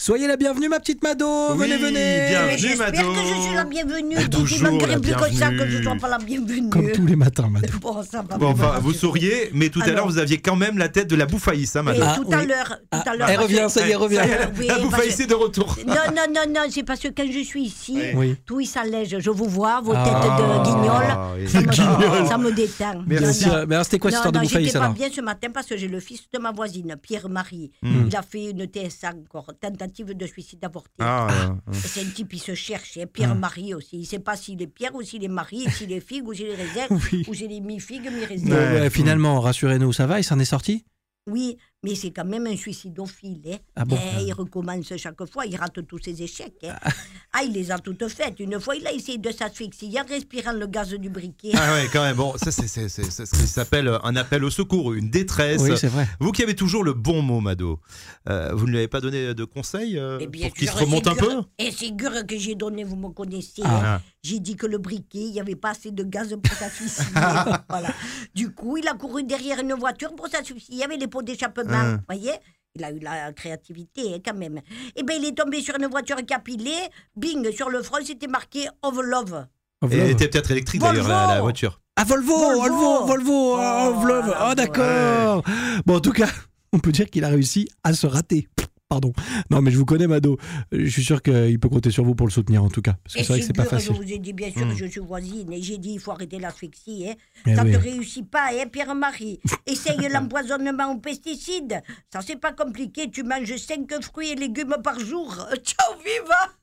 Soyez la bienvenue, ma petite Mado. Oui, venez, venez. bien. Mais J'espère Mado. que je suis la bienvenue. Toujours Toujours malgré la plus comme ça que bienvenue. je ne sois pas la bienvenue. Comme tous les matins, Mado. Bon, ça va. Bon, enfin, Ah, Voilà. vous souriez, mais tout à Alors. l'heure, vous aviez quand même la tête de la bouffaïs, hein, Et madame. Ah, tout à oui. l'heure, tout Ah, à l'heure. elle parce que- revient, ça y est, elle revient. Ah, Oui, la parce bouffaïs que- est de retour. Non, non, non, non, c'est parce que quand je suis ici, Oui. tout il s'allège. Je vous vois, vos Ah. têtes de Ah, guignol. oui. Ça, me, Guignol. ça me détend. Merci. Non, non. Mais alors, c'était quoi cette histoire non, non, de bouffaïs j'étais pas alors bien ce matin parce que j'ai le fils de ma voisine, Pierre-Marie. Hmm. Il a fait une TSA encore, tentative de suicide avorté. Ah, Et C'est un type, il se cherche, et Pierre-Marie aussi. Il ne sait pas s'il est Pierre ou s'il est Marie, et s'il est figue ou s'il est raisin, Oui. ou s'il est mi-figue, Bon, mi-raisin. Ouais. ouais, Finalement, rassurez-nous, ça va, il s'en est sorti Oui, mais c'est quand même un suicidophile. hein. Ah bon Eh, il recommence chaque fois, il rate tous ses échecs. hein. Ah, il les a toutes faites. Une fois, il a essayé de s'asphyxier en respirant le gaz du briquet. Ah ouais, quand même. Bon, ça, c'est c'est- c'est- c'est ce qui s'appelle un appel au secours, une détresse. Oui, c'est vrai. vous qui avez toujours le bon mot, Mado, euh, vous ne lui avez pas donné de conseils euh, Eh bien pour qu'il sûr, se remonte et un peu sûr- Et c'est dur que j'ai donné, vous me connaissez. Ah. hein. J'ai dit que le briquet, il n'y avait pas assez de gaz pour s'asphyxier. voilà. Du coup, il a couru derrière une voiture pour s'asphyxier avec les pots d'échappement. Ah. Hein. Vous voyez il a eu la créativité hein, quand même. Eh bien, il est tombé sur une voiture capillée. Bing, sur le front, c'était marqué Of Love. Of Et love. était peut-être électrique d'ailleurs, la, Volvo la voiture. Ah, Volvo, Volvo. Volvo, Volvo, oh, Oh, Vlov. voilà, Oh, d'accord. Bon, en tout cas, on peut dire qu'il a réussi à se rater. Pardon. Non, mais je vous connais, Mado. Je suis sûr qu'il peut compter sur vous pour le soutenir, en tout cas. Parce que Et c'est vrai que c'est pas dur, Je facile. Hmm. vous ai dit, bien sûr, Mm. je suis voisine. Et j'ai dit, il faut arrêter l'asphyxie. Hein. Eh ça oui. ne réussit pas, hein, Pierre-Marie. Essaye l'empoisonnement aux pesticides. Ça, c'est pas compliqué. Tu manges 5 fruits et légumes par jour. Ciao, viva